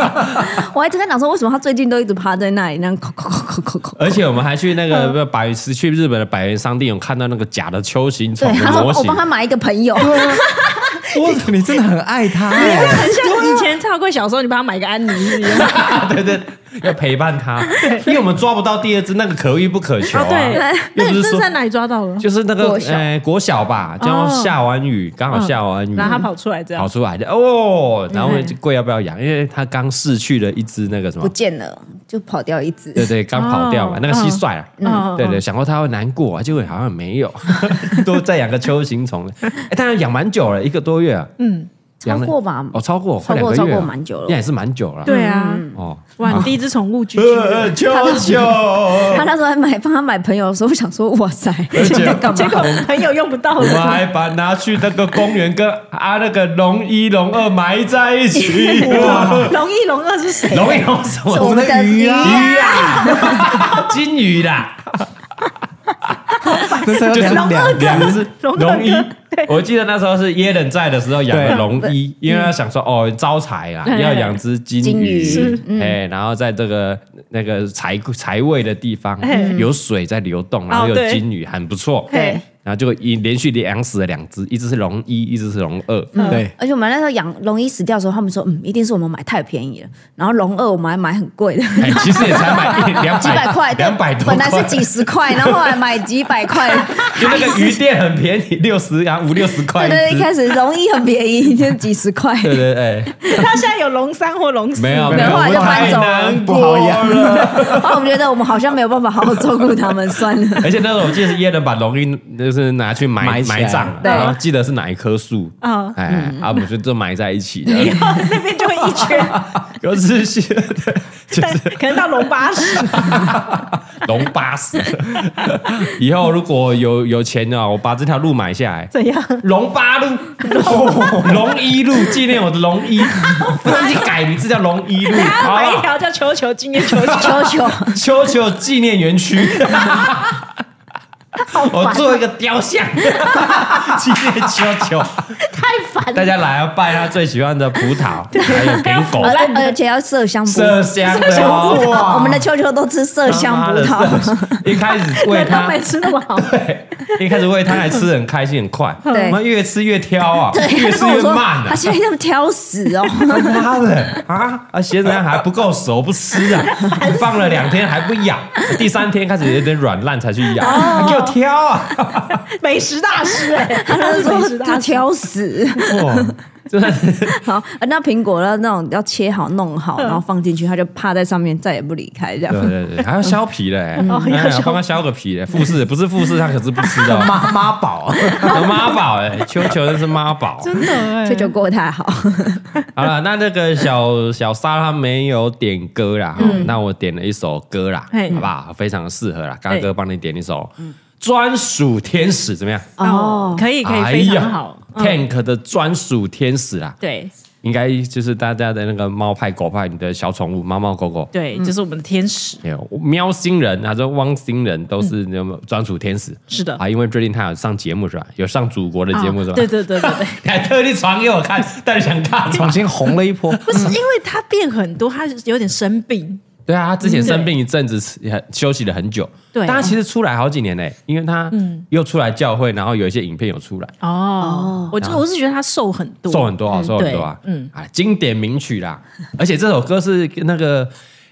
我还真在想说，为什么他最近都一直趴在那里，那样扣扣扣扣 扣。
而且我们还去那
嗯
个百元去日本的百元商店，有看到那个假的球形
对
虫，的
他说
模
我
型
帮。他买一个朋友，
啊
我你真的很爱他欸，
很像以前超贵小时候你帮他买个安妮一样。
对对，要陪伴他，因为我们抓不到第二只，那个可遇不可求啊。
啊，对，
又
那
不
你
是
这是
说
在哪里抓到了？
就是那个
国小
呃国小吧，这样下完雨，刚好下完雨，
哦然后他跑出来嗯这样
跑，出来的哦，然后问贵要不要养，因为他刚逝去了一只那个什
不
么，
见了，就跑掉一只。
对对，刚跑掉嘛
哦，
那个蟋蟀啊。
嗯
对对，想过他会难过啊，结果好像没有， 多再养个秋形虫了。哎，当然养蛮久了，一个多月啊，
嗯，
超过吧
哦，超过，
超
快两
过
个
超
月
过
啊
蛮久了
那也是蛮久了。
对啊，
哦，
哇，你第一只宠物居居，
呃，秋秋，
他那时候还买帮他买朋友的时候，我想说哇塞，
而 且
要干
结果
嘛？
朋友用不到
我们
了，
还把拿去那个公园跟啊那个龙一龙二埋在一起，
龙一龙二是谁？
嗯龙一龙什
是我
么
们的鱼啊，
鱼啊？ 金鱼啦，
那时候
就是
两两
两只
龙二
龙一。我记得那时候是耶伦在的时候养的
对
龙
嗯
一，因为他想说哦招财啦，
嗯
要养只金
金鱼
鱼
是，
哎，然后在这个那个财财位的地方
嗯
有水在流动，然后有金鱼，很不错。
哦对
然后就一连续养死了两只，一只是龙一，一只是龙二。
嗯
对，
而且我们那时候养龙一死掉的时候，他们说嗯，一定是我们买太便宜了。然后龙二我们还买很 贵的，
哎，其实也才 买一两
几百块，对
两百多块，
本来是几十块，然后后来买几百块。
就那个鱼店很便宜，六十啊五六十块一只
对对，对一开始龙一很便宜，就几十块。
对对哎对，
他现在有龙三或龙四，
没有
没有
有，
后来就搬走了
太难
不
过
好养
了。
然后我们觉得我们好像没有办法好好照顾他们，算 了。
而且那时候我记得是耶伦把龙鳞就是拿去埋
埋起来
埋葬了，啊
对
然后记得是哪一棵树，
嗯
哎，啊，不是就埋在一起的，
以后那边就会一圈，
可是是就是
可能到龙八十，
龙八十。 以后如果有有钱啊，我把这条路买下来，
怎样？
龙八 路、龙一路，纪念我的龙一，不能去改名字叫龙一路，
他
好
买
不
一
好
条叫球球纪念球球，
球球，
秋秋纪念园区， 我做一个雕像 纪念秋秋。
太烦
大
了。
家来要拜他最喜欢的葡萄，还有苹果
而，呃而且要麝香啊葡
麝
萄。
香的哦，
我们的球球都吃麝香葡
他妈的
萄，
麝香。一开始喂
难道
他
没，吃那么好？
对，一开始喂他还吃得很开心很快，
对
妈越吃越挑啊，
对，
越
他
吃
跟我
越
说
慢啊
他。现在这么挑食 哦。
妈的啊啊！咸人还不够熟，不吃 啊！放了两天还不咬，第三天开始有点软烂才去咬。
哦
你给我挑啊！
美食大师哎，
他就
美
说
食
他
大师，
挑食。
哇，真的 是
好，呃那苹果要那种要切好弄好，然后放进去，他就趴在上面再也不离开这样。
嗯 对对对，还要削皮嘞！
嗯
哦
哎
要
呀
削
帮他削个皮嘞，富士不是富士，他可是不吃的哦。
妈妈宝，
妈宝哎，球球真是妈宝。啊
真的哎
这就过得太好，
好了，那那个小 小沙他没有点歌啦，哈那我点了一首歌啦，
嗯嘿嗯
好不好？非常适合啦，刚
嘿
哥帮你点一首专属天使，怎么样？
哦，可以可以，
哎
非
呀
常好。嗯
Tank 的专属天使啦，
对，
应该就是大家的那个猫派、狗派，你的小宠物猫猫狗狗，
对，就是我们的天使，
还有喵星人啊，这汪星人都是那么专属天使。
是的啊
啊，因为最近他有上节目是吧？有上祖国的节目是吧？
对对对对对。
你还特地传给我看，到底想看
重新红了一波。
不是因为他变很多，他有点生病，
对啊，他之前生病一阵子，也休息了很久。
对
但
嗯
他其实出来好几年嘞、因为他又出来教会，然后有一些影片有出来，
哦，我就我是觉得他瘦很多，
瘦很多啊，瘦很多啊，嗯啊，经典名曲啦，而且这首歌是那个，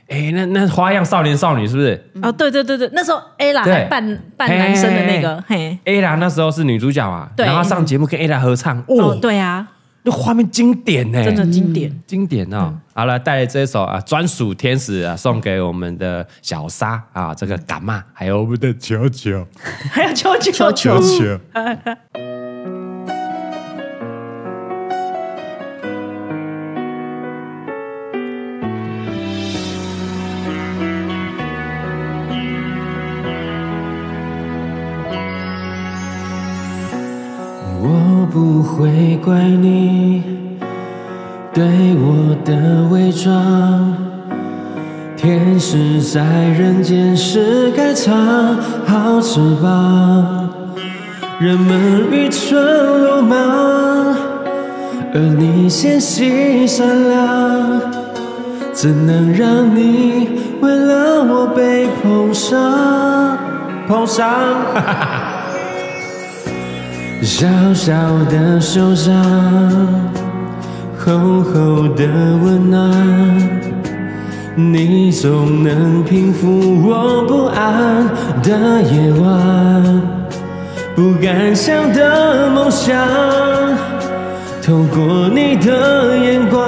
哎，那那花样少年少女是不是
哦，对对对对，那时候 A 啦
对
还啊扮扮男生的那个，嘿，
？ella 那时候是女主角啊，
对
然后上节目跟 ella 合唱，
哦
哦，，
对啊，
那画面经典呢、
真的经典。嗯
经典哦。好了，带来这一首啊，专属天使啊，送给我们的小沙啊，这个干妈，还有我们的球球。
还有球球球球，
我不会怪你对我的伪装，天使在人间是该藏好翅膀。人们愚蠢鲁莽，而你纤细善良，怎能让你为了我被碰伤？碰伤。小小的手掌，厚厚的温暖，你总能平复我不安的夜晚，不敢想的梦想，透过你的眼光。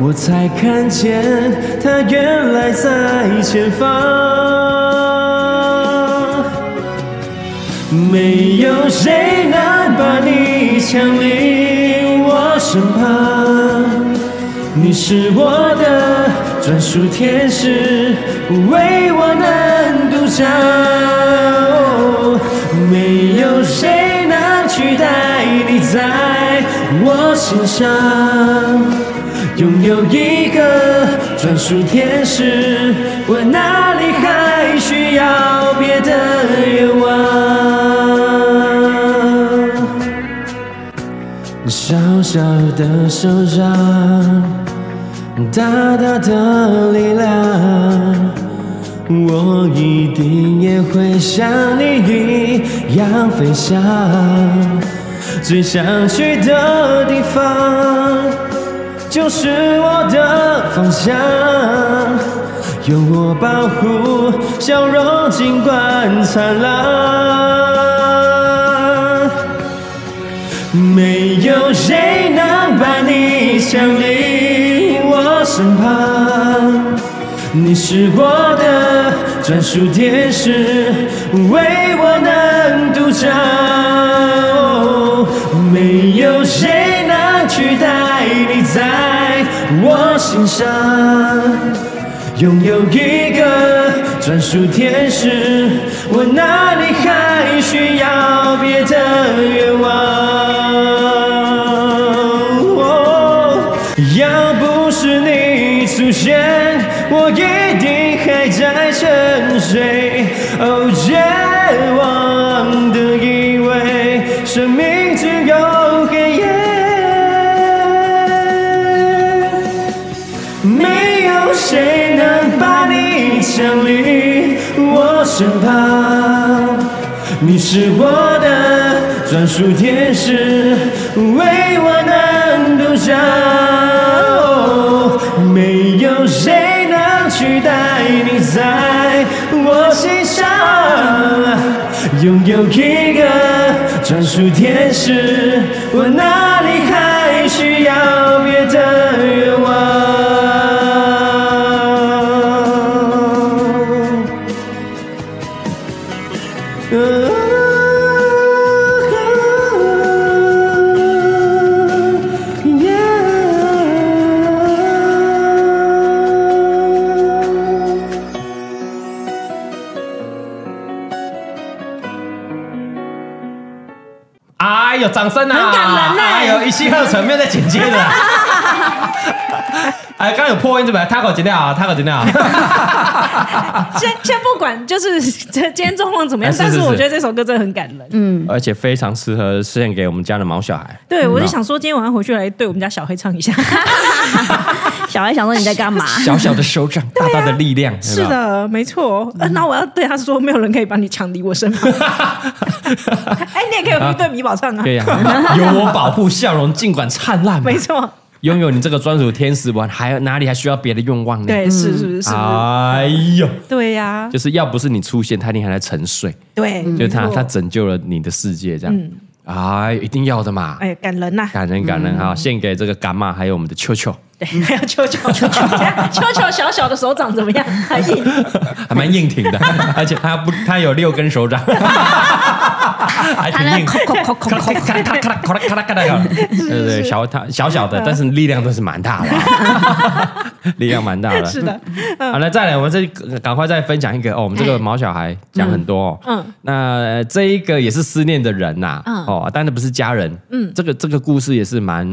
我才看见它原来在前方。没有谁能把你强离我身旁，你是我的专属天使，为我能独享。没有谁能取代你在我心上，拥有一个专属天使，我哪里还需要别的愿望？小小的手掌，大大的力量，我一定也会像你一样飞翔，最想去的地方，就是我的方向。有我保护，笑容尽管灿烂。没有谁能把你强离我身旁，你是我的专属天使，为我能独占。没有谁能取代你在我心上，拥有一个专属天使，我哪里还需要别的愿望？哦要不是你出现，我一定还在沉睡。哦，绝望的以为生命只有黑夜。没有谁能把你强离我身旁，你是我的专属天使，为我能独享。没有谁能取代你在我心上，拥有一个专属天使，我哪里还需要别的愿望？？Uh-huh.
哎呦，掌声啊！
很感人呢
哎呦，一气呵成，没有在剪接的啊。哎，刚刚有破音对不对？他给我剪掉啊，他给我剪掉啊。
先先不管，就是这今天状况怎么
哎，
样
是
但
是
是
是
我觉得这首歌真的很感人。
而且非常适合献给我们家的毛小孩。
对，我就想说，今天晚上回去来对我们家小黑唱一下。
小孩想说你在干嘛？
小小的手掌，大大的力量，
是
有没有。
的，没错。
嗯
呃那我要对他说，没有人可以把你抢离我身 旁。哎，你也可以对米宝唱啊，
对呀、有我保护，笑容尽管灿烂嘛。
没错，
拥有你这个专属天使丸，还有哪里还需要别的愿望呢？
对，是是是是，
哎呦，
对呀，
就是要不是你出现，他一定还在沉睡，
对，
就是他他拯救了你的世界，这样，哎，一定要的嘛。
哎，感人呐，
感人感人哈，献给这个干妈，还有我们的秋秋，
对，还有球球球球，怎样球球小小的手掌怎么样？很硬，
还蛮硬挺的，而且他不，他有六根手掌，还
他
挺
那
硬。
扣扣扣扣
咔
扣，
啦咔啦咔啦咔啦咔啦咔啦咔啦，对对，小他小小的，但是力量都是蛮大的，力量蛮大的。
是的，
好了，再来，我们这赶快再分享一个哦，我们这个毛小孩讲很多、哦，嗯
嗯，
那呃这一个也是思念的人呐、哦，但是不是家人，嗯，这个这个故事也是蛮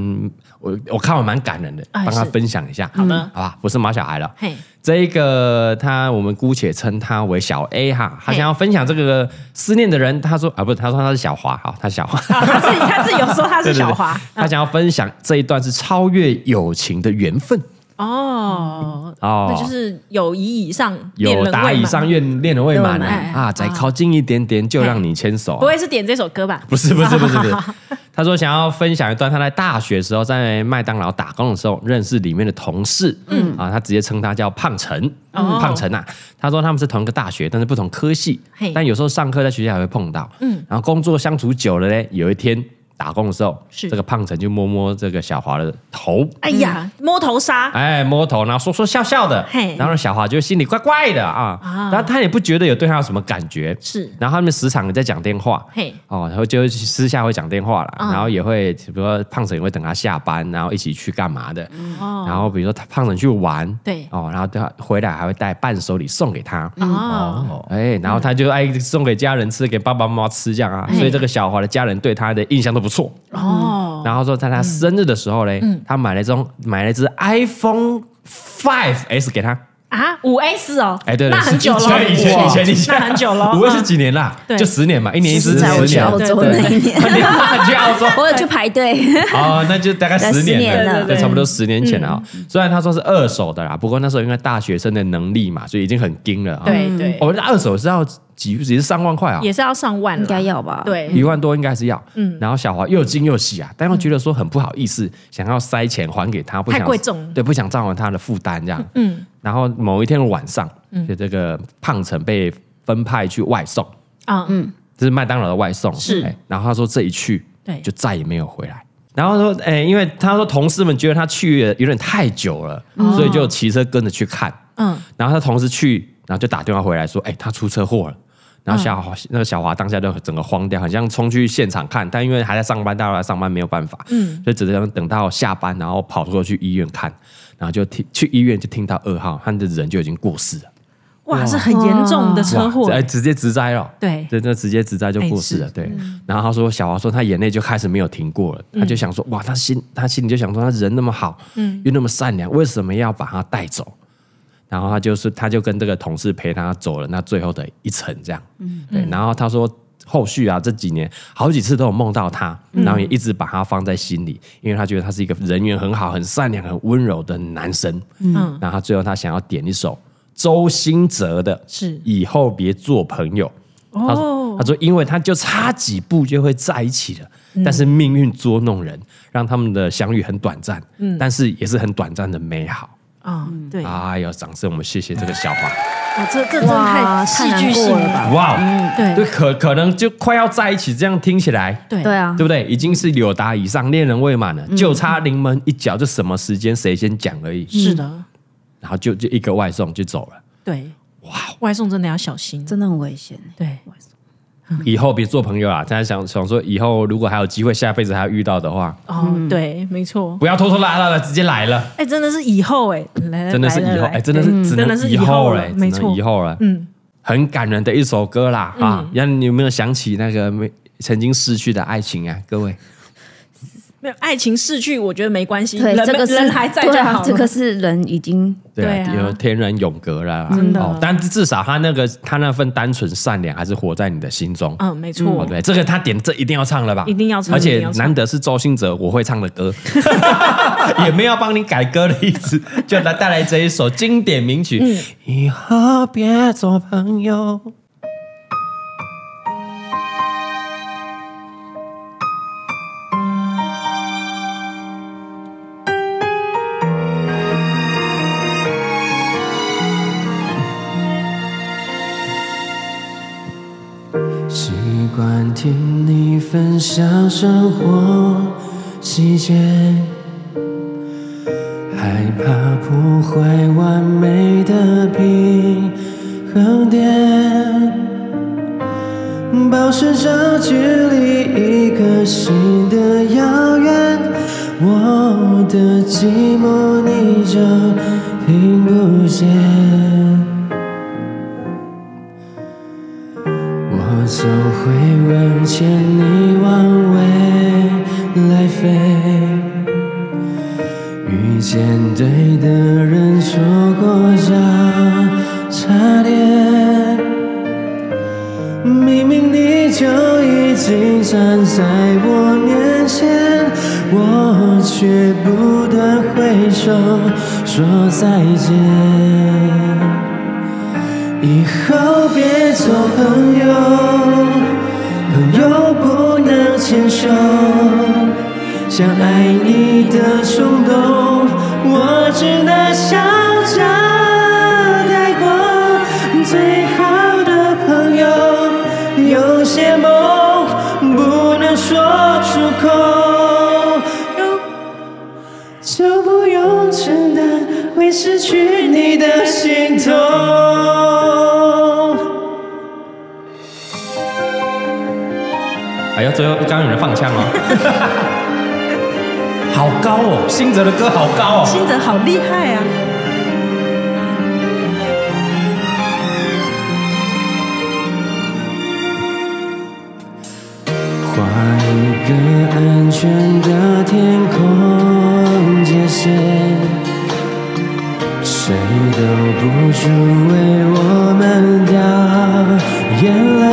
我我看我蛮感人的，
哎
帮他
是
分享一下，
好的
嗯好吧，不是毛小孩了，
嘿，
这一个他我们姑且称他为小 A 哈，他
嘿
想要分享这个思念的人，他说啊不是，他说他是小华，好，他是小华，
啊他自己他自己有 说他是小华
对对对他想要分享这一段是超越友情的缘分
哦，
哦，
那就是友谊以上恋
有
人
达
未
以
满哎
上愿恋人未满
恋人未
满
啊，再靠近一点点就让你牵手啊、
不会是点这首歌吧？
不是不是不是不是， 他说想要分享一段他在大学时候在麦当劳打工的时候认识里面的同事，嗯啊，他直接称他叫胖陈，
哦
胖陈啊，他说他们是同一个大学，但是不同科系
嘿，
但有时候上课在学校还会碰到，嗯，然后工作相处久了嘞，有一天打工的时候，
是
这个胖陈就摸摸这个小华的头，
哎呀，摸头杀，
哎，摸头，然后说说笑笑的
嘿，
然后小华就心里怪怪的啊，
啊
然后他也不觉得有对他有什么感觉，
是
然后他们时常也在讲电话，
嘿
哦，然后就私下会讲电话啦，
嗯
然后也会比如说胖婶也会等他下班，然后一起去干嘛的，然后比如说他胖婶去玩，
嗯对
哦，然后他回来还会带伴手礼送给他，
哦，
哎，然后他就爱送给家人吃，给爸爸妈妈吃这样啊，
嘿
所以这个小华的家人对他的印象都不错。
哦，嗯
然后说在他生日的时候嘞，他买了一种买了一只 iPhone Five S 给他。
啊，五 S 哦，
哎，对对，
那很久了，
以前以前以前以前，
那很久了，嗯
五位是几年啦？
对
就十年嘛，一年一次，
在我
十
去
年。
澳洲那一年，
那 你去澳洲
我有去排队，
哦，那就大概十
十
年
年
了，
了
对，差不多十年前了啊。虽然他说是二手的啦，不过那时候因为大学生的能力嘛，所以已经很精了啊。
对对，
哦，那二手是要几，也是上万块啊，
也是要上万了，
应该要吧？，
一
对，
万多应该是要。嗯，然后小华又惊又喜啊，但又觉得说很不好意思，想要塞钱还给他，不想
太贵重
对，不想造成他的负担这样。嗯，然后某一天的晚上，就这个胖城被分派去外送，
啊，嗯，
这是麦当劳的外送，
是
哎然后他说这一去，
对
就再也没有回来。然后说，哎、因为他说同事们觉得他去了有点太久了，所以就骑车跟着去看。
哦嗯，
然后他同事去，然后就打电话回来说，哎、他出车祸了。然后小
嗯
华、那个小华当下就整个慌掉，好像冲去现场看，但因为还在上班，大家都来上班没有办法，嗯，所以只能等到下班，然后跑过去医院看，然后就听去医院就听到二号，他的人就已经过世了。
哇，是很严重的车祸
哇，哎，直接直栽了，
对
对，那直接直栽就过世了，
哎是
对。然后他说，小华说他眼泪就开始没有停过了，他就想说，哇，他心他心里就想说，他人那么好，嗯，又那么善良，为什么要把他带走？然后他就是，他就跟这个同事陪他走了那最后的一程，这样，对。然后他说。后续啊，这几年好几次都有梦到他，然后也一直把他放在心里，因为他觉得他是一个人缘很好、很善良、很温柔的男生。嗯，然后他最后他想要点一首周兴哲的《
是
以后别做朋友。他说：“他说，因为他就差几步就会在一起了，但是命运捉弄人，让他们的相遇很短暂，但是也是很短暂的美好。
啊，对，啊，
哎呦，掌声！我们谢谢这个小花。
这这真的太戏剧性
太难过了吧
哇，
对
对，可可能就快要在一起，这样听起来，
对
对，啊
对，不对？已经是有达以上，恋人未满了，
嗯
就差临门一脚，就什么时间谁先讲而
嗯
已。
是的，
然后就就一个外送就走了。
对，哇，外送真的要小心，
真的很危险。
对，嗯
以后别做朋友啦，大家想想说，以后如果还有机会，下辈子还要遇到的话，
哦，
嗯
对，没错，
不要拖拖拉拉的，直接来了。”
哎，真的是以后哎，来嗯
真的是以后，哎，真的是
嗯
只
真的
能
是
以
以后
后哎
了
嘞，
没
只能
错
以后了，
嗯，
很感人的一首歌啦啊！让你有没有想起那个没曾经逝去的爱情啊，各位。
没有爱情逝去，我觉得没关系，
对，
人
这个是
人还在就
对
好
啊
了。，
这个是人已经
对啊，
对啊
有天人永隔了啦，
真的
哦，但至少他那个他那份单纯善良还是活在你的心中。
嗯，没
哦，
错，
对，这个他点这一定要唱了吧？
一定要唱
而
一定
且
要唱
难得是周兴哲我会唱的歌， 也没有帮你改歌的意思， 就来带来这一首经典名曲。
嗯
以后别做朋友。
习惯听你分享生活细节，害怕破坏完美的平衡点，保持着距离，一颗心的遥远，我的寂寞你就听不见。我总会问前你往未来飞，遇见对的人错过交叉点，明明你就已经站在我面前，我却不断挥手说再见。以后别做朋友，朋友不能牵手。想爱你的冲动，我只能笑着带过。最好的朋友，有些梦不能说出口。就不用承担会失去你的心痛。
哎呀，最后刚刚有人放枪哦， 好高哦，兴哲的歌好高哦。
新哲好厉害啊！
画一个安全的天空界限，谁都不准为我们掉眼泪。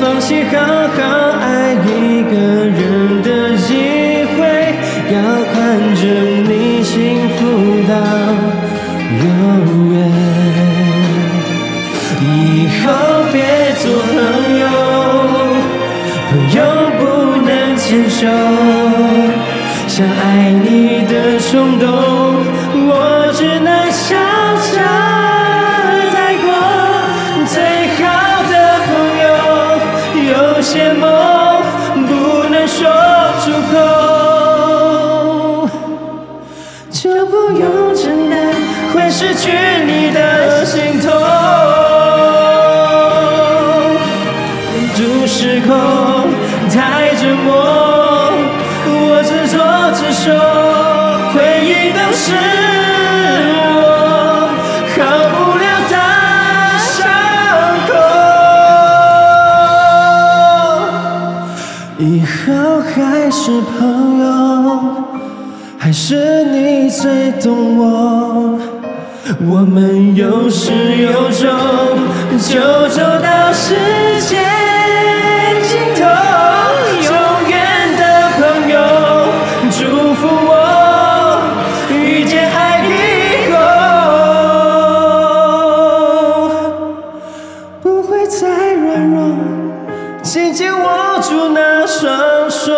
放弃好好爱一个人的机会，要看着你幸福到永远。以后别做朋友，朋友不能牵手。想爱你的冲动，我只能笑着带过。最好的朋友，有些梦不能说出口。就不用承担会失去你的心痛。度时空太折磨，我自作自受，回忆都是我好不了的伤口。以后还是朋友。还是你最懂我，我们有始有终，就走到世界尽头。永远的朋友，祝福我遇见爱以后，不会再软弱，紧紧握住那双手。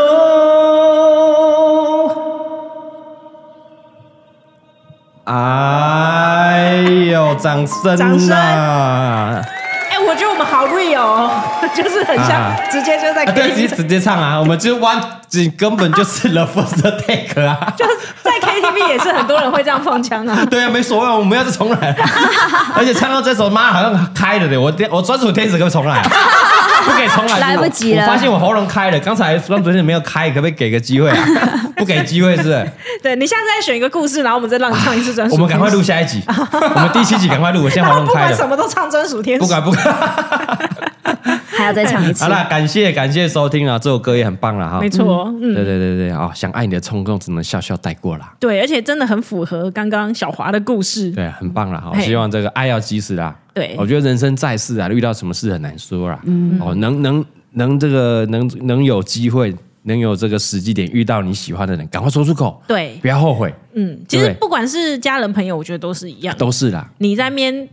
哎呦，掌声啊
掌声
呐！
哎，我觉得我们好 real，哦 就是很像
啊
直接就在
啊，对，直
KTV，
接直接唱 啊，我们就 one，只根本就是 the first take 啊。
就是在 KTV 也是很多人会这样放枪啊。
对啊，没所谓，我们要是重来， 而且唱到这首，妈好像开了的，我我专属天使可不可以重 来、啊？不可以重来，
来不及了
我发现我喉咙开了，刚才专属天使没有开，可不可以给个机会 啊？不给机会是不是？
对你下次再选一个故事，然后我们再让你唱一次专属。
我们赶快录，下一 集，我们第七集赶快录，我现在
然
喉
后
咙
不
开
管
了
什。么都唱专属天使。
不管不管。
还要再唱一次
好。啦，感谢感谢收听啊，这首歌也很棒了哈。
没错，
对
嗯，
对对对啊、想爱你的冲动只能笑笑带过啦。
对，而且真的很符合刚刚小华的故事。
对，啊很棒啦，好，
嘿
希望这个爱要及时啦。
对嗯
我觉得人生在世啊，遇到什么事很难说啦。哦，能能能这个能能有机会，能有这个时机点遇到你喜欢的人，赶快说出口，
对
不要后悔，
嗯，其
对
实不管是家人朋友，我觉得都是一样。
都是啦。
你在面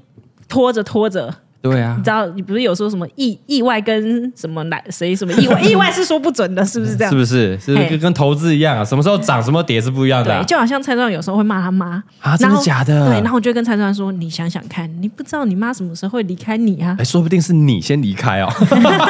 拖着拖着，
对啊
你知，道，你不是有说什么意意外跟什么哪谁什么意外？ 意外是说不准的，是不是这样？
是不是？是不是
嘿
跟跟投资一样啊？什么时候涨，什么时候跌是不一样的啊、
对，就好像蔡庄有时候会骂他妈
啊
然后
真的假的
对，然后我就跟蔡庄说：“你想想看，你不知道你妈什么时候会离开你啊
哎，说不定是你先离开哦，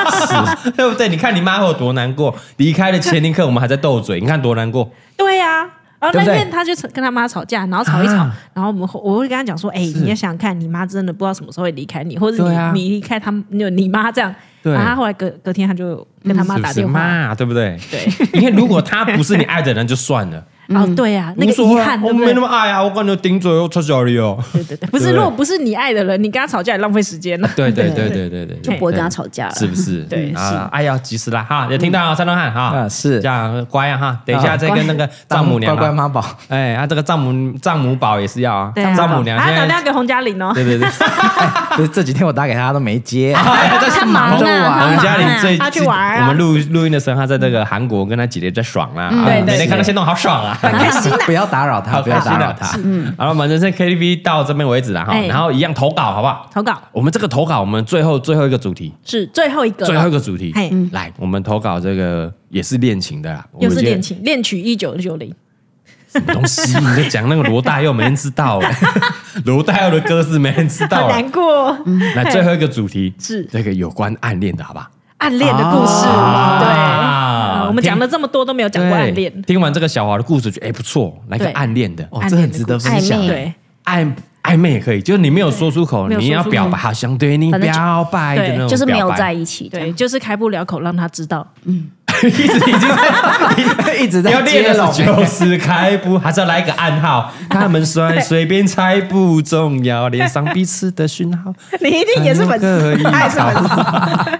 是对不对？你看你妈会有多难过，离开的前一刻我们还在斗嘴，你看多难过。？”
对呀、啊。然后
对不
那
对
天他就跟他妈吵架，然后吵一吵，
啊
然后我们我会跟他讲说：“哎、你要想想看，你妈真的不知道什么时候会离开你，或者
对
你、
啊
你离开他，你你妈这样。”
对
然后他后来隔隔天他就跟他妈
是不
打
是
电话，
妈，对不对？
对，
你看，如果他不是你爱的人，就算了，
然后对呀、啊， 那个
无所
遗
谓啊
憾，
我
对不
没
对
那？么爱啊，我感觉顶嘴又出小力哦。
对对对，不是，
对
如果不是你爱的人，你跟他吵架也浪费 时间了。啊
对对对对对对，就
不会跟他吵架了
是不是？
对
啊，爱要及时啦哈，有听到啊，山东汉哈，
啊是
这样乖啊哈，等一下
啊
再跟那个丈母娘
乖乖
啊，
妈宝，
哎，啊这个丈母丈母宝也是要啊，
对啊，
丈母娘
还
现
要打电话
在
给洪嘉玲哦。
对对对。
不是这几天我打给他都没接，
他忙
忙着
啊，
我
玩
他
们
忙
嘉玲
啊。
最
他去玩啊
我们录录音的时候，他在那个韩国跟他姐姐在爽啦，啊
嗯对对
每天
对
看到现动好爽 啊。
不要打扰他，
好
不要
啊
开心
打
的
扰他。
嗯，好了，我们人生 KTV 到这边为止了哈，
哎
然后一样投稿好不好？
投稿
我们这个投稿，我们最后最后一个主题，
是最后一个了，
最后一个主题
嘿，
来，我们投稿这个也是恋情的啦，
哎嗯又是恋
我
情，恋曲一九九零，
们今天什么东西？你就讲那个罗大佑，没人知道 哎，罗大佑的歌是没人知道
好
了。
难过，
来，最后一个主题
是
这个有关暗恋的好不好？
暗恋的故事，对。
啊
啊我们讲了这么多都没有讲过暗恋
对，听完这个小华的故事，觉得哎不错，来个
对
暗恋的，
哦，
暗
这
恋
很
的
值得
故
分享
暧昧。
对，
暧暧昧也可以，就是你没有说出口，
没有
你
说出口
要表白，好想对你
反正就
表白的那种，
就是没有在。一起，
对，，就是开不了口让他知道，
一直已经
一直
在要
在
练
接
的
龙，
是就是开不， 还是要来一个暗 号？他们说随便猜不重要，连上彼此的讯号。
你一定
哎
也是粉丝，他也 是粉丝，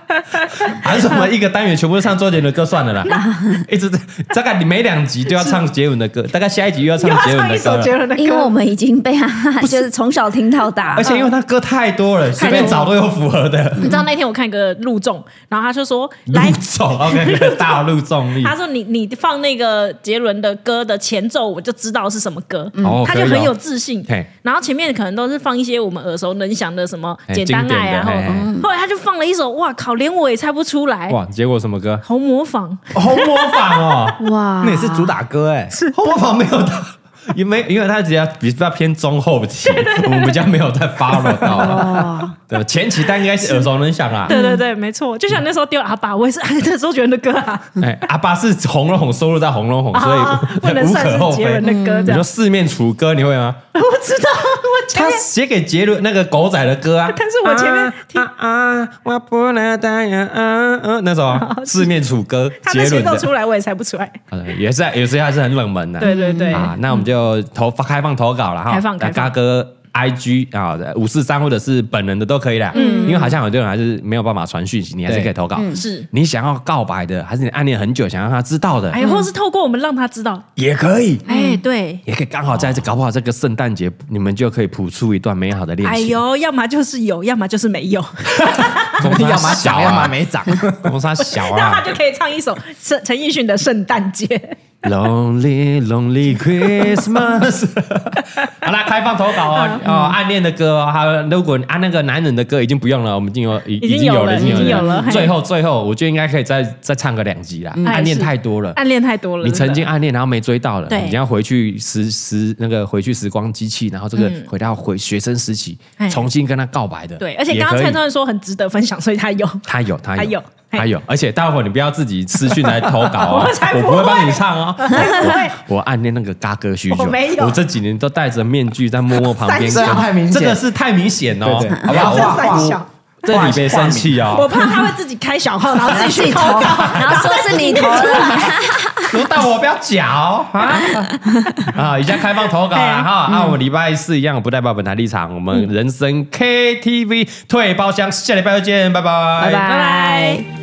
还是我们一个单元全部都唱周杰伦的歌算了啦， 一直在大概你每两集都要唱杰伦的歌，大概下一集又要唱杰伦
唱一
的歌
首杰
了。
伦的
因为我
歌，
们已经被他就是从小听到 大
而，且因为他歌太多了，随便找都有符合的。
你知道那天我看一个陆众，然后他就说
陆
来。
重，OK，大 陆重力。
他说你：“你放那个杰伦的歌的前奏，我就知道是什么歌。
哦
他就
可以哦
很有自信。
嘿
然后前面可能都是放一些我们耳熟能详的什么《
哎
简单爱》啊，
经典的
后后来他就放了一首，哇靠，连我也猜不出来，
哇，结果什么歌？
好模仿。
红模仿哦，
哇
那也是主打歌哎，
红模仿没有到，也没，因为他比较比较偏中后 期，我们比较没有在 follow 到啊。对，前期他应该是耳熟能详啦。
哦对对对，没错，就像那时候丢阿爸，我也是 按那周杰伦的歌啊，
哎，阿爸是红龙红收录在红龙红，所
啊
以
不能
无
算
可厚
是杰
非
伦。的歌这
你说
样。
四面楚歌你会吗？
我知道，我前
他
面
写给杰伦那个狗仔的歌啊，
但是我前面听
啊啊啊，我不能答应啊啊那首啊四面楚歌，
他的
杰
节
伦
奏
的，
出来，我也猜不出来。
好的也是有时候还是很冷门的。
对对对，
啊，那我们就投发开放投稿了哈，
开放
那
开放
嘎哥。I G 啊，五四三或者是本人的都可以啦，嗯，因为好像有的人还是没有办法传讯息，你还是
对
可以投稿。
是，
你想要告白的，还是你暗恋很久想让他知道的，
哎，或是透过我们让他知道，
也可以，
哎，对，
也可以刚好在这，搞不好这个圣诞节你们就可以谱出一段美好的恋
哎
情。
呦，要么就是有，要么就是没有，
公司
要么
小
涨，
啊
要么没涨。
公司小
那他
啊
就可以唱一首陈陈奕迅的《圣诞节》。
，Lonely Lonely Christmas。好啦，开放投稿哦，
嗯
哦，暗恋的歌哦，还有如果你按那个男人的歌已经不用了，我们已经有已
已经有了
已经
已经有了嘿
最后最后，我觉得应该可以再再唱个两集啦，
哎
暗恋
是
太多了。
暗恋太多了，
你曾经
真的
暗恋，然后没追到了，
对
你要回去时时那个回去时光机器，然后这个回到回学生时期，
嗯哎
重新跟他告白的。
对，而且
也
刚刚
可以
蔡宗元说很值得分享，所以 他有。
他有，他
他
有
有，嘿
他有，而且待会儿你不要自己私讯来投稿哦，
我才
我
不
不会帮你唱哦，
不会
我暗恋那个嘎哥许久，
我没有
我这几年都戴着面具在默默旁边
三小
看
太明显
这个是太明显哦
对对，
好不好？
这
我
三
我
小
这你别生气
我
哦，
怕他会自己开小号，然后自己
自己
去
投，
投稿，
然后说是你投的，
轮到我不要讲哦啊啊！已经开放投稿了哈，啊那我们礼拜四一样不代表本台立场，我们人生 KTV 退包厢，下礼拜再见，拜拜，
拜
拜拜。